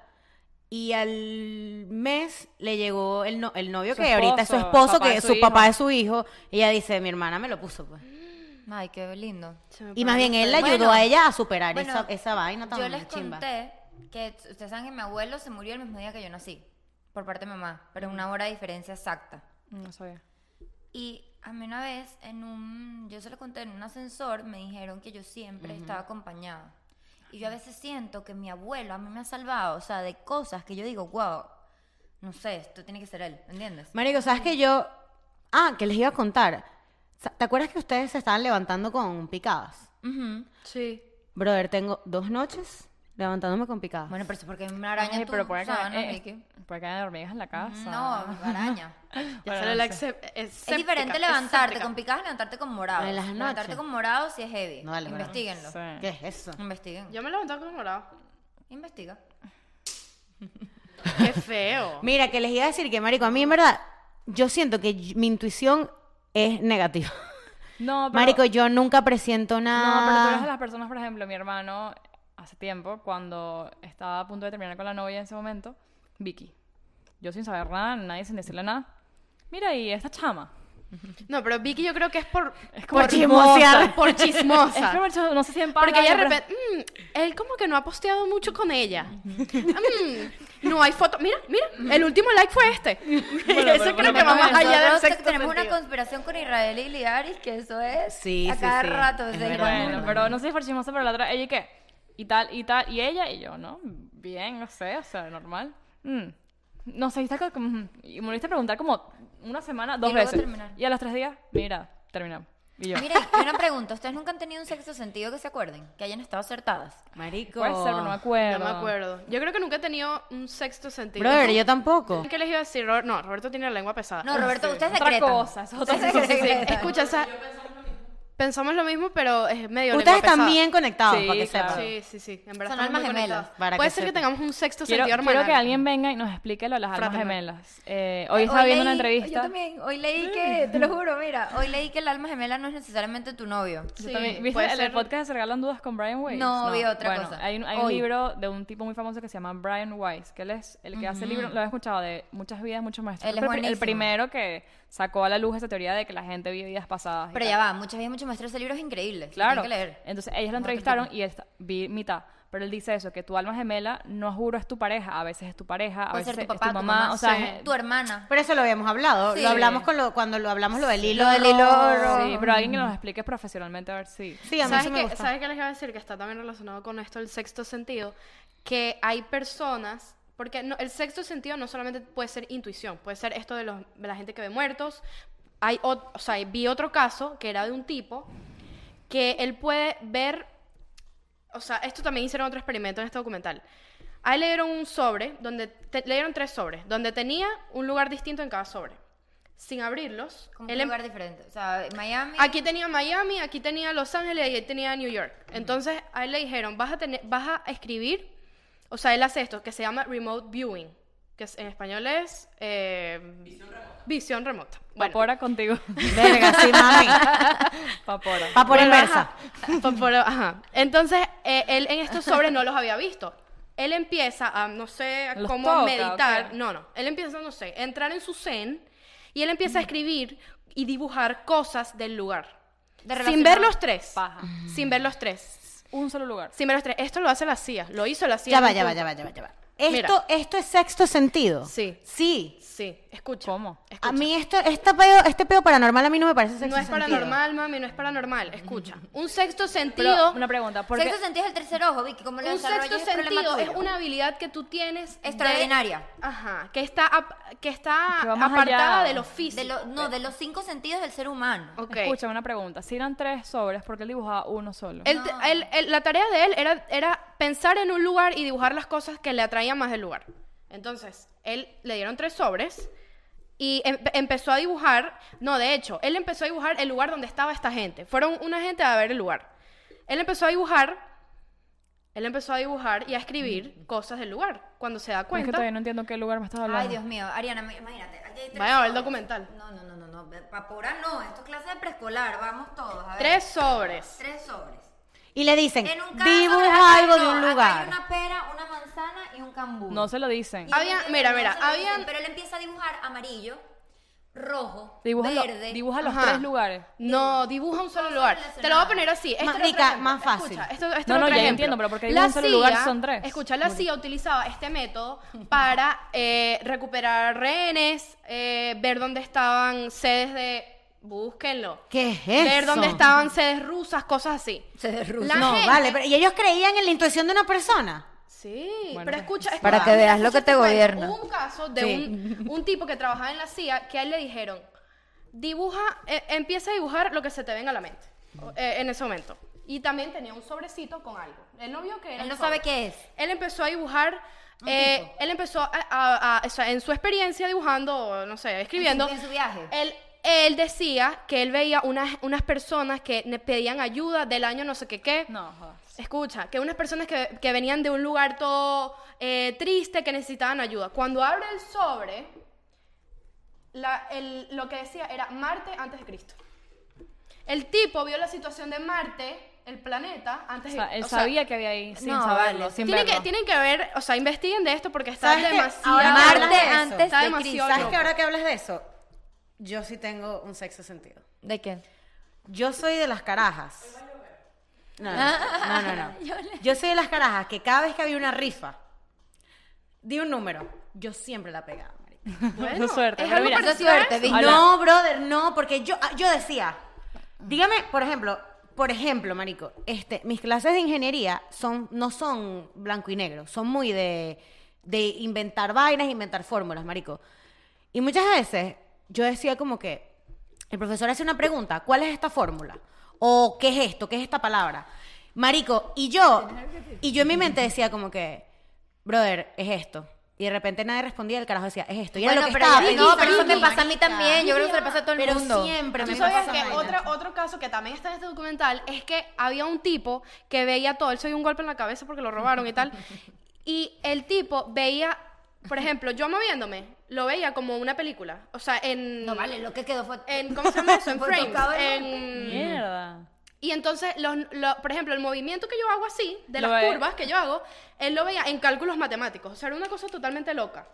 [SPEAKER 1] y al mes le llegó el, no- el novio
[SPEAKER 3] Su
[SPEAKER 1] que ahorita es su
[SPEAKER 3] esposo,
[SPEAKER 1] esposo,
[SPEAKER 3] papá
[SPEAKER 1] que
[SPEAKER 3] de
[SPEAKER 1] es
[SPEAKER 3] su
[SPEAKER 1] su
[SPEAKER 3] hijo.
[SPEAKER 1] papá es su hijo. Ella dice, mi hermana me lo puso. Pues.
[SPEAKER 4] Ay, qué lindo.
[SPEAKER 2] Se me
[SPEAKER 1] Y más
[SPEAKER 2] pararon
[SPEAKER 1] bien
[SPEAKER 2] los
[SPEAKER 1] él le
[SPEAKER 2] pelos.
[SPEAKER 1] ayudó
[SPEAKER 4] Bueno,
[SPEAKER 1] a ella a superar
[SPEAKER 4] bueno,
[SPEAKER 1] esa, esa vaina tan
[SPEAKER 4] Yo les
[SPEAKER 1] chimba.
[SPEAKER 4] conté que t- ustedes saben que mi abuelo se murió el mismo día que yo nací, por parte de mamá, pero una hora de diferencia exacta.
[SPEAKER 3] No sabía.
[SPEAKER 4] Y a mí una vez, en un, yo se lo conté en un ascensor, me dijeron que yo siempre estaba acompañada. Y yo a veces siento que mi abuelo a mí me ha salvado, o sea, de cosas que yo digo, wow, no sé, esto tiene que ser él, ¿entiendes?
[SPEAKER 1] Marico, ¿sabes que yo... Ah, que les iba a contar. Sa- ¿Te acuerdas que ustedes se estaban levantando con picadas?
[SPEAKER 4] Ujú.
[SPEAKER 2] Sí.
[SPEAKER 1] Brother, tengo dos noches levantándome con picadas.
[SPEAKER 4] Bueno, pero eso porque una araña
[SPEAKER 3] Ay,
[SPEAKER 4] tú,
[SPEAKER 3] pero puede
[SPEAKER 4] sábanas,
[SPEAKER 3] caer, eh,
[SPEAKER 4] Ricky.
[SPEAKER 3] puede caer hormigas en la casa.
[SPEAKER 4] No, araña.
[SPEAKER 2] Ya
[SPEAKER 3] Bueno,
[SPEAKER 2] sale
[SPEAKER 3] no
[SPEAKER 2] la
[SPEAKER 3] sé.
[SPEAKER 2] excep- escéptica,
[SPEAKER 4] Es diferente levantarte
[SPEAKER 2] escéptica.
[SPEAKER 4] con picadas, levantarte con morado.
[SPEAKER 1] En las
[SPEAKER 4] Levantarte
[SPEAKER 1] noches.
[SPEAKER 4] con morado si es heavy.
[SPEAKER 1] No, vale,
[SPEAKER 4] Investíguenlo.
[SPEAKER 3] Sí.
[SPEAKER 1] ¿Qué es eso?
[SPEAKER 4] Investiguen.
[SPEAKER 2] Yo me levantaba con morado.
[SPEAKER 4] Investiga.
[SPEAKER 2] Qué feo.
[SPEAKER 1] Mira, que les iba a decir que, marico, a mí en verdad, yo siento que y- mi intuición es negativa.
[SPEAKER 3] No, pero,
[SPEAKER 1] Marico, yo nunca presiento
[SPEAKER 3] no, pero tú eres
[SPEAKER 1] nada.
[SPEAKER 3] de las personas, por ejemplo, mi hermano, hace tiempo, cuando estaba a punto de terminar con la novia en ese momento, Vicky. Yo sin saber nada, nadie sin decirle nada. Mira, y esta chama.
[SPEAKER 2] No, pero Vicky yo creo que es por...
[SPEAKER 1] como
[SPEAKER 2] por
[SPEAKER 1] chismosear.
[SPEAKER 2] Por
[SPEAKER 3] Es que,
[SPEAKER 2] chismosa.
[SPEAKER 3] macho, no sé si en pan
[SPEAKER 2] Porque ella de
[SPEAKER 3] pero-
[SPEAKER 2] repente... "Mm, él como que no ha posteado mucho con ella. Mm, no hay foto. Mira, mira. El último like fue este. Eso creo
[SPEAKER 3] bueno,
[SPEAKER 2] que va
[SPEAKER 3] bueno,
[SPEAKER 2] más allá del
[SPEAKER 4] Nosotros
[SPEAKER 2] sexto
[SPEAKER 4] tenemos una
[SPEAKER 2] sentido.
[SPEAKER 4] conspiración con Israel y Liaris, que eso es
[SPEAKER 1] Sí,
[SPEAKER 4] a
[SPEAKER 1] sí,
[SPEAKER 4] cada
[SPEAKER 1] sí.
[SPEAKER 4] rato.
[SPEAKER 1] Es
[SPEAKER 4] señor.
[SPEAKER 1] verdad.
[SPEAKER 3] Bueno, pero no sé si fue chismosa, pero la otra, ella y qué. Y tal, y tal, y ella, y yo, ¿no? Bien, no sé, o sea, normal. Mm. No sé, y está como- mm. y me volviste a preguntar como una semana, dos
[SPEAKER 4] luego
[SPEAKER 3] veces.
[SPEAKER 4] terminar.
[SPEAKER 3] Y a los tres días, mira, terminamos. Y yo,
[SPEAKER 4] Mira, y una pregunta. ¿Ustedes nunca han tenido un sexto sentido que se acuerden? Que hayan estado acertadas.
[SPEAKER 1] Marico.
[SPEAKER 3] puede ser, pero no me acuerdo.
[SPEAKER 2] No me acuerdo. Yo creo que nunca he tenido un sexto sentido.
[SPEAKER 1] Brother,
[SPEAKER 2] ¿Tú?
[SPEAKER 1] yo tampoco.
[SPEAKER 2] ¿Qué les iba a decir? Ro- No, Roberto tiene la lengua pesada.
[SPEAKER 4] No, Roberto, ustedes
[SPEAKER 3] Otra
[SPEAKER 4] decretan.
[SPEAKER 3] cosa, es otra
[SPEAKER 4] Ustedes
[SPEAKER 3] cosa,
[SPEAKER 2] Sí, sí,
[SPEAKER 4] decretan.
[SPEAKER 2] Escucha, esa- pensamos lo mismo, pero es medio
[SPEAKER 1] Ustedes
[SPEAKER 2] lengua
[SPEAKER 1] están
[SPEAKER 2] pesada.
[SPEAKER 1] bien conectados,
[SPEAKER 3] Sí,
[SPEAKER 1] para que
[SPEAKER 3] claro.
[SPEAKER 1] sepan.
[SPEAKER 2] Sí, sí, sí. En verdad estamos
[SPEAKER 4] Son almas
[SPEAKER 2] muy
[SPEAKER 4] gemelas.
[SPEAKER 2] conectados.
[SPEAKER 1] Para
[SPEAKER 2] Puede
[SPEAKER 1] que
[SPEAKER 2] ser que
[SPEAKER 1] sepan.
[SPEAKER 2] tengamos un sexto
[SPEAKER 3] Quiero,
[SPEAKER 2] sentido
[SPEAKER 3] quiero
[SPEAKER 2] hermanal.
[SPEAKER 3] que alguien venga y nos explique lo de las almas
[SPEAKER 2] Fraternal.
[SPEAKER 3] gemelas. Eh, hoy estaba
[SPEAKER 4] Hoy
[SPEAKER 3] viendo una
[SPEAKER 4] leí-
[SPEAKER 3] entrevista.
[SPEAKER 4] Yo también. Hoy leí que, te lo juro, mira, hoy leí que el alma gemela no es necesariamente tu novio.
[SPEAKER 3] Yo
[SPEAKER 2] Sí,
[SPEAKER 3] también- ¿Viste
[SPEAKER 2] puede
[SPEAKER 3] el, el
[SPEAKER 2] ser.
[SPEAKER 3] podcast de Se Regalan Dudas con Brian Weiss?
[SPEAKER 4] No, vi otra
[SPEAKER 3] Bueno,
[SPEAKER 4] cosa.
[SPEAKER 3] Hay, un, hay un
[SPEAKER 4] Hoy.
[SPEAKER 3] libro de un tipo muy famoso que se llama Brian Weiss, que él es el que hace el libro, lo he escuchado, de Muchas Vidas, Muchos Maestros.
[SPEAKER 4] Él es
[SPEAKER 3] Creo que el,
[SPEAKER 4] buenísimo.
[SPEAKER 3] primero que sacó a la luz esa teoría de que la gente vive vidas pasadas. y
[SPEAKER 4] Pero
[SPEAKER 3] tal.
[SPEAKER 4] ya va, muchas veces mucho maestros ese libro es increíble.
[SPEAKER 3] Claro.
[SPEAKER 4] Claro. que leer.
[SPEAKER 3] Entonces ellas lo
[SPEAKER 4] No, te
[SPEAKER 3] entrevistaron
[SPEAKER 4] explico.
[SPEAKER 3] y él está- vi mitad. Pero él dice eso, que tu alma gemela no juro es tu pareja, a veces es tu pareja, a
[SPEAKER 4] Puede
[SPEAKER 3] veces
[SPEAKER 4] ser tu
[SPEAKER 3] es
[SPEAKER 4] papá,
[SPEAKER 3] tu mamá, o sea,
[SPEAKER 2] sí.
[SPEAKER 3] es-
[SPEAKER 4] tu hermana.
[SPEAKER 1] Pero eso lo habíamos hablado.
[SPEAKER 4] Sí.
[SPEAKER 1] Lo hablamos con lo, cuando lo hablamos lo del hilo.
[SPEAKER 4] Lo del hilo rojo.
[SPEAKER 3] sí, pero alguien que nos explique profesionalmente a ver si.
[SPEAKER 1] Sí, a mí
[SPEAKER 2] ¿Sabes
[SPEAKER 1] eso me
[SPEAKER 2] qué,
[SPEAKER 1] gusta.
[SPEAKER 2] ¿Sabes qué les iba a decir? Que está también relacionado con esto el sexto sentido. Que hay personas Porque no- el sexto sentido no solamente puede ser intuición, puede ser esto de, los, de la gente que ve muertos. Hay ot- o sea, vi otro caso que era de un tipo que él puede ver, o sea, esto también hicieron otro experimento en este documental. A él le dieron un sobre, donde te- le dieron tres sobres, donde tenía un lugar distinto en cada sobre. Sin abrirlos,
[SPEAKER 4] Como
[SPEAKER 2] él
[SPEAKER 4] un
[SPEAKER 2] em-
[SPEAKER 4] lugar diferente. O sea, Miami.
[SPEAKER 2] Aquí tenía Miami, aquí tenía Los Ángeles y ahí tenía New York. Entonces a él le dijeron, vas a, tener, vas a escribir, o sea, él hace esto, que se llama remote viewing, que es- en español es... eh, visión remota. Bueno,
[SPEAKER 3] Papora contigo.
[SPEAKER 1] Verga, sí, mami.
[SPEAKER 3] Papora.
[SPEAKER 1] Va por
[SPEAKER 2] Bueno,
[SPEAKER 1] inversa.
[SPEAKER 2] ajá. Pa- por- ajá. Entonces, eh, él en estos sobres no los había visto. Él empieza a, no sé, a
[SPEAKER 3] Los
[SPEAKER 2] cómo
[SPEAKER 3] toca,
[SPEAKER 2] meditar.
[SPEAKER 3] ok.
[SPEAKER 2] No, no. Él empieza, no sé, a entrar en su zen y él empieza a escribir y dibujar cosas del lugar.
[SPEAKER 4] De
[SPEAKER 2] sin
[SPEAKER 4] relacionar-
[SPEAKER 2] ver los tres.
[SPEAKER 3] Paja.
[SPEAKER 2] Sin ver los tres.
[SPEAKER 3] Un solo lugar.
[SPEAKER 2] Sin ver los tres. Esto lo hace la CIA. Lo hizo la CIA.
[SPEAKER 1] Ya
[SPEAKER 2] en
[SPEAKER 1] va,
[SPEAKER 2] un
[SPEAKER 1] ya va,
[SPEAKER 2] punto.
[SPEAKER 1] ya va, ya va, ya va.
[SPEAKER 2] Mira.
[SPEAKER 1] Esto, esto es sexto sentido.
[SPEAKER 2] Sí.
[SPEAKER 1] Sí.
[SPEAKER 2] Sí, escucha.
[SPEAKER 3] ¿Cómo?
[SPEAKER 2] escucha.
[SPEAKER 1] A mí esto, este pedo, este pedo paranormal a mí no me parece sexto
[SPEAKER 2] No es
[SPEAKER 1] sentido.
[SPEAKER 2] paranormal, mami, no es paranormal. Escucha. Un sexto
[SPEAKER 3] Pero
[SPEAKER 2] sentido.
[SPEAKER 3] una pregunta. ¿por qué-
[SPEAKER 4] Sexto sentido es el tercer ojo, Vicky. Como lo
[SPEAKER 2] un
[SPEAKER 4] desarrollas
[SPEAKER 2] sexto
[SPEAKER 4] es problema
[SPEAKER 2] sentido es
[SPEAKER 4] tuyo.
[SPEAKER 2] una habilidad que tú tienes de-
[SPEAKER 4] Extraordinaria.
[SPEAKER 2] ajá, que está ap- que está
[SPEAKER 3] Que va más
[SPEAKER 2] apartada
[SPEAKER 3] allá.
[SPEAKER 2] de lo
[SPEAKER 4] De
[SPEAKER 2] físico.
[SPEAKER 4] lo- no, de los cinco sentidos del ser humano.
[SPEAKER 2] Ok.
[SPEAKER 3] Escucha, una pregunta. Si eran tres sobres, ¿por qué él dibujaba uno solo?
[SPEAKER 2] Él te- él- él- la tarea de él era, era pensar en un lugar y dibujar las cosas que le atraían más del lugar. Entonces, él le dieron tres sobres y em- empezó a dibujar. No, de hecho, él empezó a dibujar el lugar donde estaba esta gente. Fueron una gente a ver el lugar. Él empezó a dibujar. Él empezó a dibujar y a escribir cosas del lugar. Cuando se da
[SPEAKER 3] Es que
[SPEAKER 2] cuenta.
[SPEAKER 3] todavía no entiendo qué lugar me estás hablando.
[SPEAKER 4] Ay, Dios mío. Ariana, mi- imagínate. aquí hay tres
[SPEAKER 2] Vaya a ver el
[SPEAKER 4] sobres.
[SPEAKER 2] documental.
[SPEAKER 4] No, no, no, no. no. Papora no. Esto es clase de preescolar. Vamos todos. A ver.
[SPEAKER 2] Tres sobres.
[SPEAKER 4] Tres sobres.
[SPEAKER 1] Y le dicen,
[SPEAKER 4] En un caso,
[SPEAKER 1] dibuja
[SPEAKER 4] acá
[SPEAKER 1] algo
[SPEAKER 4] no,
[SPEAKER 1] de un
[SPEAKER 4] acá
[SPEAKER 1] lugar.
[SPEAKER 4] hay una pera, una manzana y un cambur.
[SPEAKER 3] No se lo dicen.
[SPEAKER 4] Y él
[SPEAKER 2] Había-
[SPEAKER 4] empieza-
[SPEAKER 2] mira, mira,
[SPEAKER 4] se lo dicen,
[SPEAKER 2] habían-
[SPEAKER 4] Pero él empieza a dibujar amarillo, rojo,
[SPEAKER 3] Dibuja, lo-
[SPEAKER 4] verde.
[SPEAKER 3] dibuja los
[SPEAKER 2] Ajá.
[SPEAKER 3] tres lugares.
[SPEAKER 2] No, dibuja un solo
[SPEAKER 4] Todo
[SPEAKER 2] lugar. Te lo voy a
[SPEAKER 4] relacionado.
[SPEAKER 2] poner así. Este
[SPEAKER 1] Más
[SPEAKER 2] era otro
[SPEAKER 1] rica,
[SPEAKER 2] ejemplo.
[SPEAKER 1] más fácil.
[SPEAKER 2] Escucha, esto, este
[SPEAKER 3] No,
[SPEAKER 2] era
[SPEAKER 3] no,
[SPEAKER 2] otro
[SPEAKER 3] ya
[SPEAKER 2] ejemplo.
[SPEAKER 3] entiendo, pero porque
[SPEAKER 2] La
[SPEAKER 3] en un solo lugar
[SPEAKER 2] CIA
[SPEAKER 3] son tres.
[SPEAKER 2] Escucha, la CIA utilizaba este método para eh, recuperar rehenes, eh, ver dónde estaban sedes de... Búsquenlo.
[SPEAKER 1] ¿Qué es eso?
[SPEAKER 2] Ver dónde estaban sedes rusas, cosas así.
[SPEAKER 4] Se derrumba.
[SPEAKER 2] La
[SPEAKER 1] No,
[SPEAKER 2] gente-
[SPEAKER 1] vale, pero- y ellos creían en la intuición de una persona.
[SPEAKER 2] Sí,
[SPEAKER 3] Bueno, pues,
[SPEAKER 2] pero escucha, escucha,
[SPEAKER 4] Para que
[SPEAKER 2] mira,
[SPEAKER 4] veas lo
[SPEAKER 2] escucha
[SPEAKER 4] que te
[SPEAKER 2] este cuento.
[SPEAKER 4] gobierna.
[SPEAKER 2] Hubo un caso de un, un tipo que trabajaba en la CIA que a él le dijeron, dibuja, eh, empieza a dibujar lo que se te venga a la mente o- eh, en ese momento. Y también tenía un sobrecito con algo. Él no vio que era un
[SPEAKER 4] Él no sabe
[SPEAKER 2] sobre.
[SPEAKER 4] qué es.
[SPEAKER 2] Él empezó a dibujar, eh,
[SPEAKER 4] tipo.
[SPEAKER 2] él empezó a, a- a- o sea, en su experiencia dibujando, no sé, escribiendo.
[SPEAKER 4] En su viaje.
[SPEAKER 2] Él, él decía que él veía unas, unas personas que le pedían ayuda del año no sé qué qué.
[SPEAKER 3] No, jodas.
[SPEAKER 2] Escucha, que unas personas que, que venían de un lugar todo eh, triste, que necesitaban ayuda. Cuando abre el sobre, la- el- lo que decía era Marte antes de Cristo. El tipo vio la situación de Marte, el planeta,
[SPEAKER 3] O
[SPEAKER 2] antes de
[SPEAKER 3] sea, él
[SPEAKER 2] o sea,
[SPEAKER 3] sabía que había ahí sin
[SPEAKER 4] no,
[SPEAKER 3] saberlo,
[SPEAKER 4] vale.
[SPEAKER 3] sin
[SPEAKER 2] tienen, que,
[SPEAKER 3] verlo.
[SPEAKER 2] tienen que ver, o sea, investiguen de esto porque está
[SPEAKER 1] ¿Sabes qué?
[SPEAKER 2] demasiado...
[SPEAKER 1] Ahora que hablas
[SPEAKER 4] Marte
[SPEAKER 1] de eso.
[SPEAKER 4] antes
[SPEAKER 2] Está
[SPEAKER 4] de
[SPEAKER 2] demasiado
[SPEAKER 4] Cristo.
[SPEAKER 2] loco.
[SPEAKER 1] ¿Sabes que ahora que hablas de eso? Yo sí tengo un sexto sentido.
[SPEAKER 4] ¿De qué?
[SPEAKER 1] Yo soy de las carajas. No, no, no, no. Yo soy de las carajas que cada vez que había una rifa, di un número, yo siempre la pegaba, marica.
[SPEAKER 2] Bueno,
[SPEAKER 3] Eso es suerte,
[SPEAKER 2] es
[SPEAKER 3] pero
[SPEAKER 2] algo
[SPEAKER 3] mira,
[SPEAKER 4] Eso es
[SPEAKER 2] parecido a
[SPEAKER 4] suerte,
[SPEAKER 2] eso.
[SPEAKER 4] Vicky.
[SPEAKER 3] Habla.
[SPEAKER 1] No, brother, no, porque yo, ah, yo decía, dígame, por ejemplo, por ejemplo, marico, este, mis clases de ingeniería son, no son blanco y negro, son muy de, de inventar vainas, inventar fórmulas, marico. Y muchas veces yo decía como que el profesor hace una pregunta, ¿cuál es esta fórmula? O ¿qué es esto? ¿Qué es esta palabra? Marico, y yo, y yo en mi mente decía como que, brother, es esto. Y de repente nadie respondía, el carajo decía, es esto. Y era
[SPEAKER 4] Bueno,
[SPEAKER 1] lo que
[SPEAKER 4] pero
[SPEAKER 1] estaba
[SPEAKER 4] ya-
[SPEAKER 1] pensando.
[SPEAKER 4] no, pero eso me pasa a mí
[SPEAKER 1] Marica.
[SPEAKER 4] también. Yo creo que se le pasa a todo el
[SPEAKER 1] Pero
[SPEAKER 4] mundo.
[SPEAKER 1] siempre
[SPEAKER 2] Tú
[SPEAKER 1] me
[SPEAKER 2] sabes
[SPEAKER 1] pasa
[SPEAKER 2] que
[SPEAKER 1] vaina.
[SPEAKER 2] otra- otro caso que también está en este documental es que había un tipo que veía todo, él se dio un golpe en la cabeza porque lo robaron y tal, y el tipo veía, por ejemplo, yo moviéndome, lo veía como una película, o sea, en...
[SPEAKER 4] No vale, lo que quedó fue.
[SPEAKER 2] en ¿Cómo se llama eso? En
[SPEAKER 4] Fue tocado
[SPEAKER 2] frames.
[SPEAKER 4] en-
[SPEAKER 2] en-
[SPEAKER 3] Mierda.
[SPEAKER 2] y entonces, los, lo- por ejemplo, el movimiento que yo hago así, de
[SPEAKER 3] Lo
[SPEAKER 2] las
[SPEAKER 3] ve.
[SPEAKER 2] curvas que yo hago, él lo veía en cálculos matemáticos, o sea, era una cosa totalmente loca.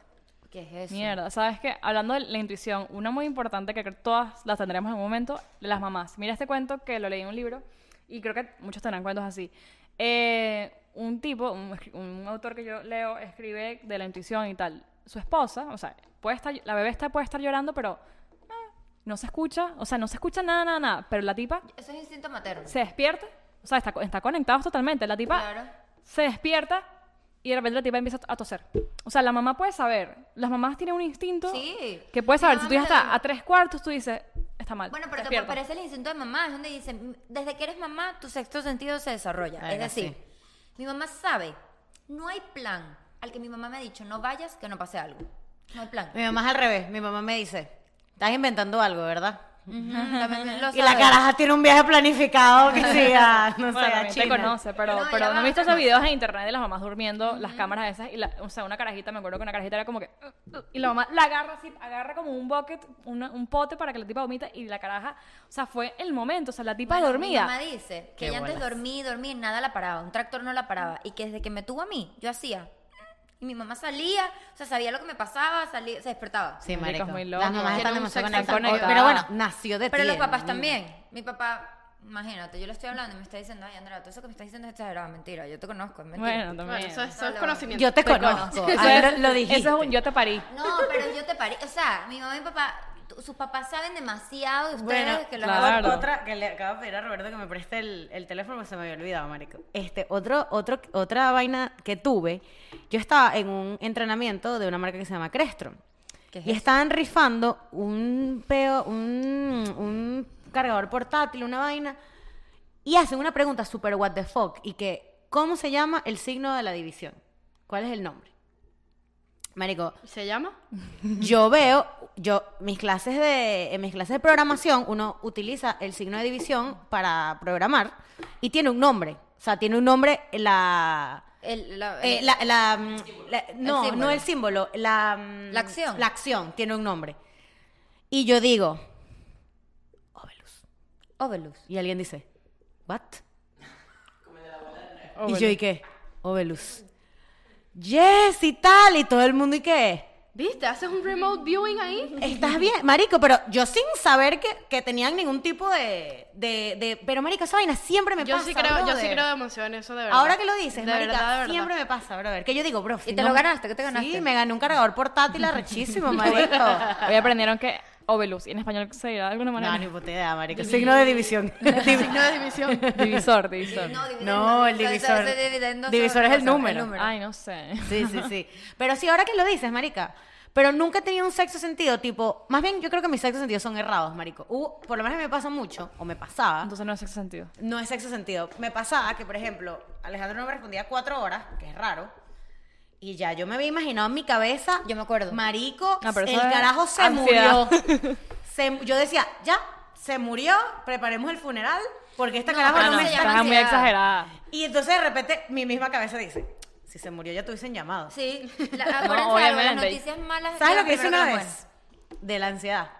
[SPEAKER 4] ¿Qué es eso?
[SPEAKER 3] Mierda, sabes que hablando de la intuición, una muy importante que creo que todas las tendremos en un momento, las mamás. Mira este cuento que lo leí en un libro y creo que muchos tendrán cuentos así. Eh, un tipo, un, escri- un autor que yo leo, escribe de la intuición y tal. Su esposa, o sea, puede estar, la bebé está, puede estar llorando, pero ah, no se escucha, o sea, no se escucha nada, nada, nada. Pero la tipa
[SPEAKER 4] Eso es instinto materno.
[SPEAKER 3] se despierta, o sea, está, co- está conectados totalmente. La tipa
[SPEAKER 4] Claro.
[SPEAKER 3] se despierta y de repente la tipa empieza a toser. O sea, la mamá puede saber. Las mamás tienen un instinto
[SPEAKER 4] Sí.
[SPEAKER 3] que puede saber.
[SPEAKER 4] Mi
[SPEAKER 3] si tú ya
[SPEAKER 4] mamá me lo
[SPEAKER 3] estás
[SPEAKER 4] dijo.
[SPEAKER 3] a tres cuartos, tú dices, está mal.
[SPEAKER 4] Bueno, pero te
[SPEAKER 3] despierta.
[SPEAKER 4] parece el instinto de mamá, es donde dice, "Mm, desde que eres mamá, tu sexto sentido se desarrolla. es
[SPEAKER 1] Verga,
[SPEAKER 4] decir, mi mamá sabe, no hay plan al que mi mamá me ha dicho, no vayas, que no pase algo. No hay plan.
[SPEAKER 1] Mi mamá es al revés. Mi mamá me dice, estás inventando algo, ¿verdad?
[SPEAKER 4] Ujú, también lo
[SPEAKER 1] Y la
[SPEAKER 4] sabe.
[SPEAKER 1] caraja tiene un viaje planificado que sea, no
[SPEAKER 3] Bueno,
[SPEAKER 1] sé, a
[SPEAKER 3] también te
[SPEAKER 1] China.
[SPEAKER 3] conoce, pero,
[SPEAKER 4] Pero no,
[SPEAKER 3] pero,
[SPEAKER 4] ya
[SPEAKER 3] no
[SPEAKER 4] va,
[SPEAKER 3] he visto esos
[SPEAKER 4] no.
[SPEAKER 3] videos en internet de las mamás durmiendo, las cámaras esas, y la, o sea, una carajita, me acuerdo que una carajita era como que, "Uh, uh", y la mamá la agarra así, agarra como un bucket, una- un pote para que la tipa vomita, y la caraja, o sea, fue el momento, o sea, la tipa
[SPEAKER 4] Bueno, Mi
[SPEAKER 3] dormida.
[SPEAKER 4] mamá dice que
[SPEAKER 1] Qué
[SPEAKER 4] ella antes
[SPEAKER 1] bolas.
[SPEAKER 4] dormí, dormí, nada la paraba, un tractor no la paraba. Y que desde que me tuvo a mí, yo hacía. Y mi mamá salía, o sea, sabía lo que me pasaba, salía, se despertaba.
[SPEAKER 1] Sí,
[SPEAKER 3] Marico,
[SPEAKER 1] marico.
[SPEAKER 3] es muy loco.
[SPEAKER 1] Las mamás
[SPEAKER 2] Tiene
[SPEAKER 1] están
[SPEAKER 2] un
[SPEAKER 1] demasiado
[SPEAKER 2] sexo
[SPEAKER 1] conectadas.
[SPEAKER 3] conectado.
[SPEAKER 1] Pero bueno, nació de ti.
[SPEAKER 4] Pero los papás
[SPEAKER 1] ¿no?
[SPEAKER 4] también. Mi papá, imagínate, yo le estoy hablando y me está diciendo, ay, Andrea, todo eso que me estás diciendo es exagerado, mentira, yo te conozco, es mentira.
[SPEAKER 3] Bueno, también.
[SPEAKER 2] Bueno, eso, es- eso es
[SPEAKER 4] Hola.
[SPEAKER 2] conocimiento.
[SPEAKER 1] Yo te
[SPEAKER 2] Pero-
[SPEAKER 1] conozco.
[SPEAKER 3] Eso
[SPEAKER 1] Ahí
[SPEAKER 3] es-
[SPEAKER 1] lo, lo dijiste.
[SPEAKER 3] Eso es un yo te parí.
[SPEAKER 4] No, pero yo te paré. O sea, mi mamá y mi papá, tu- sus papás saben demasiado de ustedes
[SPEAKER 1] Bueno,
[SPEAKER 4] que los
[SPEAKER 3] claro.
[SPEAKER 1] otra que le acabo de pedir a Roberto que me preste el, el teléfono porque se me había olvidado, marico. Este, otro, otro, otra vaina que tuve, yo estaba en un entrenamiento de una marca que se llama Crestron.
[SPEAKER 4] ¿Qué es
[SPEAKER 1] y
[SPEAKER 4] eso?
[SPEAKER 1] estaban rifando un peo, un, un cargador portátil, una vaina. Y hacen una pregunta super what the fuck. Y que, ¿cómo se llama el signo de la división? ¿Cuál es el nombre? Marico,
[SPEAKER 2] ¿Se llama?
[SPEAKER 1] yo veo, yo, mis clases de, en mis clases de programación, uno utiliza el signo de división para programar y tiene un nombre. O sea, tiene un nombre la.
[SPEAKER 4] El- la-
[SPEAKER 1] eh, la, la, mm, la- no,
[SPEAKER 4] símbolo.
[SPEAKER 1] no el símbolo, la, mm,
[SPEAKER 4] La acción.
[SPEAKER 1] La acción tiene un nombre. Y yo digo, Obelus.
[SPEAKER 4] Ovelus.
[SPEAKER 1] Y alguien dice, ¿what? Y yo, ¿y qué? Obelus. Yes y tal. Y todo el mundo, ¿y qué?
[SPEAKER 2] ¿Viste? ¿Haces un remote viewing ahí?
[SPEAKER 1] Estás bien, marico, pero yo sin saber que, que tenían ningún tipo de, de, de- Pero, marico, esa vaina siempre me
[SPEAKER 2] Yo
[SPEAKER 1] pasa,
[SPEAKER 2] sí creo, yo sí
[SPEAKER 1] brother.
[SPEAKER 2] creo demasiado en eso, de verdad.
[SPEAKER 1] Ahora que lo dices,
[SPEAKER 2] de
[SPEAKER 1] marica,
[SPEAKER 2] verdad, de verdad.
[SPEAKER 1] siempre me pasa, brother. Que yo digo, bro...
[SPEAKER 4] te lo ganaste? ¿Qué te ganaste?
[SPEAKER 1] Sí, me gané un cargador portátil arrechísimo, marico.
[SPEAKER 3] Hoy aprendieron que Obelus, y en español se dirá de alguna
[SPEAKER 1] no,
[SPEAKER 3] manera.
[SPEAKER 1] ni puta idea, marico. Signo de división.
[SPEAKER 2] Signo de división.
[SPEAKER 3] Divisor, divisor.
[SPEAKER 1] No, el divisor. Divisor es el número.
[SPEAKER 3] Ay, no sé.
[SPEAKER 1] Sí, sí, sí. Pero sí, ahora que lo dices, marica. Pero nunca he tenido un sexo sentido, tipo... Más bien, yo creo que mis sexos sentidos son errados, marico. Hubo- por lo menos me pasa mucho, o me pasaba...
[SPEAKER 3] Entonces no es ese sentido.
[SPEAKER 1] No es sexo sentido. Me pasaba que, por ejemplo, Alejandro no me respondía cuatro horas, que es raro. Y ya yo me había imaginado en mi cabeza.
[SPEAKER 4] Yo me acuerdo.
[SPEAKER 1] Marico,
[SPEAKER 3] Ah, pero
[SPEAKER 1] el
[SPEAKER 3] eso es
[SPEAKER 1] carajo se
[SPEAKER 3] ansiedad.
[SPEAKER 1] murió. Se mu- yo decía, ya, se murió, preparemos el funeral, porque esta carajo
[SPEAKER 4] pero
[SPEAKER 1] no
[SPEAKER 4] no
[SPEAKER 1] me
[SPEAKER 4] se
[SPEAKER 1] está.
[SPEAKER 4] llama
[SPEAKER 3] ah, Estás muy
[SPEAKER 4] ansiedad.
[SPEAKER 3] exagerada.
[SPEAKER 1] Y entonces de repente mi misma cabeza dice, si se murió ya te hubiesen llamado.
[SPEAKER 4] Sí, la, acuérdense
[SPEAKER 3] No,
[SPEAKER 4] algo, las
[SPEAKER 3] obviamente.
[SPEAKER 4] noticias malas.
[SPEAKER 1] ¿Sabes
[SPEAKER 4] llegan
[SPEAKER 1] lo que hice
[SPEAKER 4] primero
[SPEAKER 1] una
[SPEAKER 4] las
[SPEAKER 1] vez? De la ansiedad.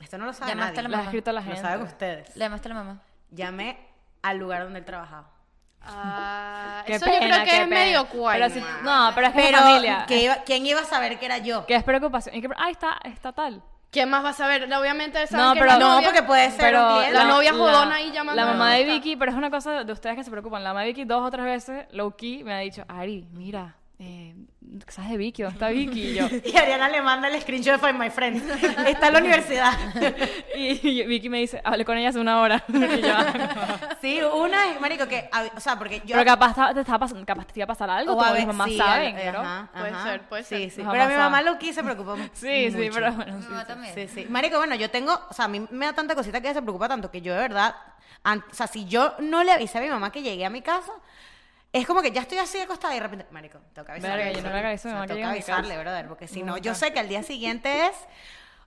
[SPEAKER 1] Esto no lo sabe
[SPEAKER 4] Llamaste
[SPEAKER 1] nadie.
[SPEAKER 4] a la
[SPEAKER 3] Lo ha escrito la
[SPEAKER 1] Lo
[SPEAKER 3] gente.
[SPEAKER 1] saben ustedes.
[SPEAKER 4] buenas. Le llamaste a la mamá.
[SPEAKER 1] Llamé al lugar donde él trabajaba.
[SPEAKER 2] Ah,
[SPEAKER 3] Qué
[SPEAKER 2] eso yo
[SPEAKER 3] pena,
[SPEAKER 2] creo que
[SPEAKER 3] qué
[SPEAKER 2] es
[SPEAKER 3] pena.
[SPEAKER 2] medio cual.
[SPEAKER 3] Pero si- no, pero es que es
[SPEAKER 1] Pero,
[SPEAKER 3] familia.
[SPEAKER 1] que iba- ¿quién iba a saber que era yo?
[SPEAKER 3] Que es preocupación. Y que, ah, está, está tal.
[SPEAKER 2] ¿Quién más va a saber? Obviamente saben
[SPEAKER 3] No,
[SPEAKER 2] que
[SPEAKER 3] pero-
[SPEAKER 2] la
[SPEAKER 1] no,
[SPEAKER 2] novia-
[SPEAKER 1] porque puede ser
[SPEAKER 3] Pero
[SPEAKER 1] un cliente.
[SPEAKER 2] la novia jodona ahí llamando.
[SPEAKER 3] La mamá de
[SPEAKER 2] Está.
[SPEAKER 3] Vicky, pero es una cosa de ustedes que se preocupan. La mamá de Vicky dos o tres veces, low key, me ha dicho, Ari, mira, eh, ¿sabes de Vicky? ¿Dónde está Vicky? Y yo,
[SPEAKER 1] Y Ariana le manda el screenshot de Find My Friend. Está en la universidad.
[SPEAKER 3] y, y Vicky me dice, hablé con ella hace una hora. Y yo, "Ah, no".
[SPEAKER 1] Sí, una es, marico, que, a- o sea, porque yo...
[SPEAKER 3] pero capaz ta- te, está pasando, capaz te iba a pasar algo,
[SPEAKER 1] o
[SPEAKER 3] como
[SPEAKER 1] a
[SPEAKER 3] mis
[SPEAKER 1] veces-
[SPEAKER 3] mamás
[SPEAKER 1] sí,
[SPEAKER 3] saben,
[SPEAKER 1] al-
[SPEAKER 3] ¿no?
[SPEAKER 1] ajá,
[SPEAKER 2] Puede
[SPEAKER 1] ajá.
[SPEAKER 2] ser, puede ser.
[SPEAKER 1] Sí, sí.
[SPEAKER 3] Mis
[SPEAKER 1] Pero
[SPEAKER 3] mamás
[SPEAKER 1] mi
[SPEAKER 3] saben.
[SPEAKER 1] mamá Loki se preocupó
[SPEAKER 3] Sí, sí,
[SPEAKER 1] mucho.
[SPEAKER 3] pero bueno.
[SPEAKER 4] Mi
[SPEAKER 3] sí,
[SPEAKER 4] mamá
[SPEAKER 3] sí.
[SPEAKER 4] también.
[SPEAKER 1] Sí, sí. Marico, bueno, yo tengo, o sea, a mí me da tanta cosita que ella se preocupa tanto que yo de verdad, an- o sea, si yo no le avisé a mi mamá que llegué a mi casa, es como que ya estoy así acostada y de repente, marico, tengo que avisarle.
[SPEAKER 3] Verga, yo no le aviso a mi mamá que
[SPEAKER 1] tengo
[SPEAKER 3] llegué a mi
[SPEAKER 1] avisarle,
[SPEAKER 3] casa.
[SPEAKER 1] brother, porque si no, yo
[SPEAKER 3] Nunca.
[SPEAKER 1] sé que al día siguiente es, o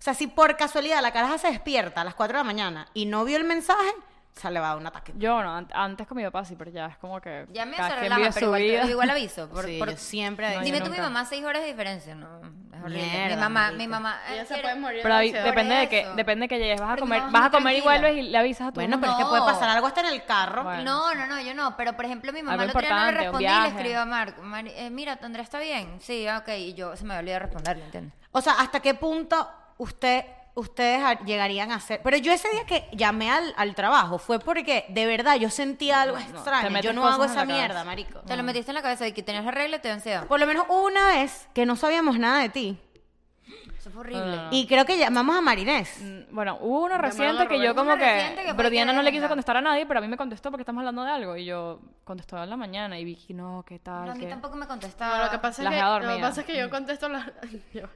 [SPEAKER 1] sea, si por casualidad la caraja se despierta a las 4 de la mañana y no vio el mensaje, o sea, le va a dar un ataque.
[SPEAKER 3] Yo no, an- antes con mi papá sí, pero ya es como que
[SPEAKER 4] Ya me
[SPEAKER 3] cada
[SPEAKER 4] se
[SPEAKER 3] quien
[SPEAKER 4] relaja,
[SPEAKER 3] vive
[SPEAKER 4] pero
[SPEAKER 3] su
[SPEAKER 4] igual,
[SPEAKER 3] vida.
[SPEAKER 4] te- igual aviso. Por,
[SPEAKER 1] Sí,
[SPEAKER 4] por-
[SPEAKER 1] yo siempre
[SPEAKER 3] No, yo
[SPEAKER 4] Dime tú, mi
[SPEAKER 3] nunca.
[SPEAKER 4] mamá, seis horas de diferencia. No, es horrible.
[SPEAKER 1] Mierda,
[SPEAKER 4] mi mamá, mi
[SPEAKER 1] marica.
[SPEAKER 4] mamá.
[SPEAKER 2] Ella
[SPEAKER 4] eh,
[SPEAKER 2] se
[SPEAKER 4] era-
[SPEAKER 2] puede morir.
[SPEAKER 3] Pero ahí-
[SPEAKER 2] ansiedad.
[SPEAKER 3] depende de que
[SPEAKER 4] eso.
[SPEAKER 3] depende de que llegues, vas a
[SPEAKER 4] Porque
[SPEAKER 3] comer,
[SPEAKER 4] mamá es
[SPEAKER 3] vas a
[SPEAKER 4] muy
[SPEAKER 3] comer y
[SPEAKER 4] tranquila.
[SPEAKER 3] vuelves y le avisas a tu
[SPEAKER 1] Bueno,
[SPEAKER 3] mamá.
[SPEAKER 1] pero es que
[SPEAKER 4] No.
[SPEAKER 1] puede pasar algo hasta en el carro.
[SPEAKER 3] Bueno.
[SPEAKER 4] No, no, no, yo no. Pero por ejemplo, mi mamá
[SPEAKER 3] Algo
[SPEAKER 4] lo otro día no le
[SPEAKER 3] importante, un
[SPEAKER 4] respondí y le
[SPEAKER 3] viaje.
[SPEAKER 4] escribió a Marco. Mari- eh, mira, Andrea está bien. Sí, ah, ok. Y yo se me había olvidado responderle, ¿entiendes?
[SPEAKER 1] O sea, ¿hasta qué punto usted, ustedes a- llegarían a hacer? Pero yo ese día que llamé al, al trabajo fue porque de verdad yo sentía algo extraño.
[SPEAKER 3] metes
[SPEAKER 1] yo no hago
[SPEAKER 3] cosas en
[SPEAKER 1] esa
[SPEAKER 3] la cabeza.
[SPEAKER 1] mierda, marico.
[SPEAKER 3] Ah.
[SPEAKER 4] Te lo metiste en la cabeza y que tenías la regla y te dio ansiedad.
[SPEAKER 1] Por lo menos una vez que no sabíamos nada de ti.
[SPEAKER 4] eso fue horrible.
[SPEAKER 3] no, no.
[SPEAKER 1] Y creo que llamamos a Marinés.
[SPEAKER 3] Mm, Bueno, hubo uno reciente
[SPEAKER 2] a
[SPEAKER 3] que yo
[SPEAKER 2] Roberto.
[SPEAKER 4] Uno
[SPEAKER 3] como que...
[SPEAKER 4] reciente que fue
[SPEAKER 3] pero
[SPEAKER 4] que
[SPEAKER 3] Diana no le quiso
[SPEAKER 4] venga.
[SPEAKER 3] contestar a nadie, pero a mí me contestó porque estamos hablando de algo. Y yo contestó en la mañana y Vicky, no, ¿qué
[SPEAKER 4] No,
[SPEAKER 3] tal?
[SPEAKER 4] a mí
[SPEAKER 3] qué-?"
[SPEAKER 4] tampoco me
[SPEAKER 2] No,
[SPEAKER 4] contestaba.
[SPEAKER 2] lo que pasa es
[SPEAKER 3] Las
[SPEAKER 2] que,
[SPEAKER 3] he
[SPEAKER 2] lo
[SPEAKER 3] dormido.
[SPEAKER 2] que, pasa es que yo contesto las... yo-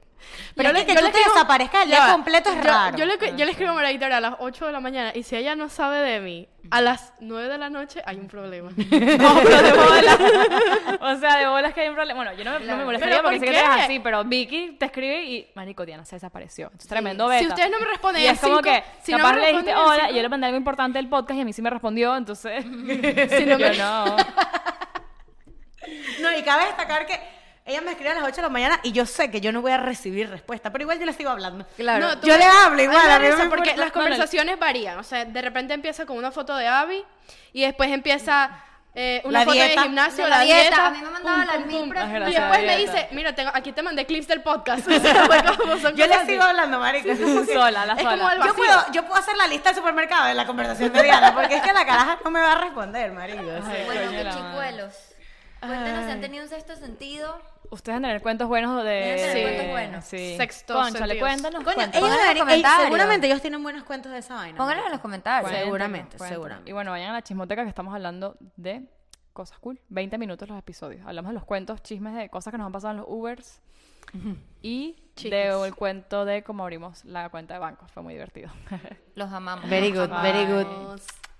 [SPEAKER 1] Pero
[SPEAKER 2] yo
[SPEAKER 1] es que
[SPEAKER 2] yo
[SPEAKER 1] tú
[SPEAKER 2] le
[SPEAKER 1] te desaparezcas el día
[SPEAKER 2] Ya,
[SPEAKER 1] completo es
[SPEAKER 2] yo-
[SPEAKER 1] raro.
[SPEAKER 2] Yo le, yo le escribo a María Victoria a las 8 de la mañana y si ella no sabe de mí, a las 9 de la noche hay un problema.
[SPEAKER 3] No, pero de bolas. o sea, de bolas que hay un problema. Bueno, yo no me, no me
[SPEAKER 4] Claro.
[SPEAKER 3] molestaría
[SPEAKER 2] ¿Pero
[SPEAKER 3] porque
[SPEAKER 2] por
[SPEAKER 3] sé que tú eres
[SPEAKER 2] qué?
[SPEAKER 3] así, pero Vicky te escribe y marico, Diana se desapareció. Es tremendo beta.
[SPEAKER 2] Si ustedes no me responden
[SPEAKER 3] Y
[SPEAKER 2] en
[SPEAKER 3] es como
[SPEAKER 2] cinco-
[SPEAKER 3] que,
[SPEAKER 2] si no me
[SPEAKER 3] capaz le dijiste
[SPEAKER 2] responden en
[SPEAKER 3] hola,
[SPEAKER 2] cinco-
[SPEAKER 3] y yo le mandé algo importante del podcast y a mí sí me respondió, entonces... no yo no.
[SPEAKER 1] No, y cabe destacar que ella me escribe a las 8 de la mañana y yo sé que yo no voy a recibir respuesta, pero igual yo le sigo hablando.
[SPEAKER 4] Claro.
[SPEAKER 2] No, tú
[SPEAKER 1] Yo
[SPEAKER 2] ves-
[SPEAKER 1] le hablo igual,
[SPEAKER 2] Ay, me
[SPEAKER 1] a mí
[SPEAKER 2] da risa
[SPEAKER 1] me
[SPEAKER 2] porque
[SPEAKER 1] importa.
[SPEAKER 2] las
[SPEAKER 3] No, no, no.
[SPEAKER 2] conversaciones varían. O sea, de repente empieza con una foto de Abby y después empieza eh, una
[SPEAKER 1] La
[SPEAKER 2] foto
[SPEAKER 1] dieta.
[SPEAKER 2] de gimnasio,
[SPEAKER 4] De
[SPEAKER 2] la,
[SPEAKER 4] la
[SPEAKER 2] dieta.
[SPEAKER 4] dieta. A mí me mandaba las mil preguntas.
[SPEAKER 2] Y
[SPEAKER 3] Gracias,
[SPEAKER 2] después me
[SPEAKER 3] dieta.
[SPEAKER 2] dice, mira, tengo, aquí te mandé clips del podcast. O sea, fue como son
[SPEAKER 1] Yo
[SPEAKER 2] cosas
[SPEAKER 1] le
[SPEAKER 2] así.
[SPEAKER 1] sigo hablando, marico.
[SPEAKER 3] sola, la
[SPEAKER 2] Es
[SPEAKER 3] sola.
[SPEAKER 2] como el
[SPEAKER 1] Yo
[SPEAKER 2] vacío.
[SPEAKER 1] puedo, yo puedo hacer la lista del supermercado de la conversación de Diana, porque es que la caraja no me va a responder, marico. o sea.
[SPEAKER 3] Ay,
[SPEAKER 4] Bueno,
[SPEAKER 3] coño,
[SPEAKER 4] que
[SPEAKER 3] la madre.
[SPEAKER 4] chicuelos. Cuéntanos si han tenido un sexto sentido.
[SPEAKER 3] Ustedes han tener cuentos buenos de...
[SPEAKER 4] Deben
[SPEAKER 2] tener
[SPEAKER 4] cuentos buenos.
[SPEAKER 3] Sí.
[SPEAKER 2] Sextos
[SPEAKER 3] Cónchale,
[SPEAKER 2] sentidos.
[SPEAKER 3] cuéntanos.
[SPEAKER 1] Coño,
[SPEAKER 3] cuéntanos.
[SPEAKER 1] ellos
[SPEAKER 4] en los
[SPEAKER 1] deberían- ey,
[SPEAKER 4] comentarios.
[SPEAKER 1] seguramente ellos tienen buenos cuentos de esa vaina.
[SPEAKER 4] Pónganlo en los
[SPEAKER 1] marico.
[SPEAKER 4] comentarios.
[SPEAKER 1] Bueno.
[SPEAKER 3] Cuéntanos,
[SPEAKER 1] Seguramente,
[SPEAKER 3] cuéntanos.
[SPEAKER 1] seguramente.
[SPEAKER 3] Y bueno, vayan a la chismoteca que estamos hablando de cosas cool. 20 minutos los episodios. Hablamos de los cuentos, chismes de cosas que nos han pasado en los Ubers. Y de el cuento de cómo abrimos la cuenta de banco. Fue muy divertido.
[SPEAKER 4] Los amamos.
[SPEAKER 1] Very
[SPEAKER 4] los
[SPEAKER 1] good, very
[SPEAKER 4] amamos.
[SPEAKER 1] good.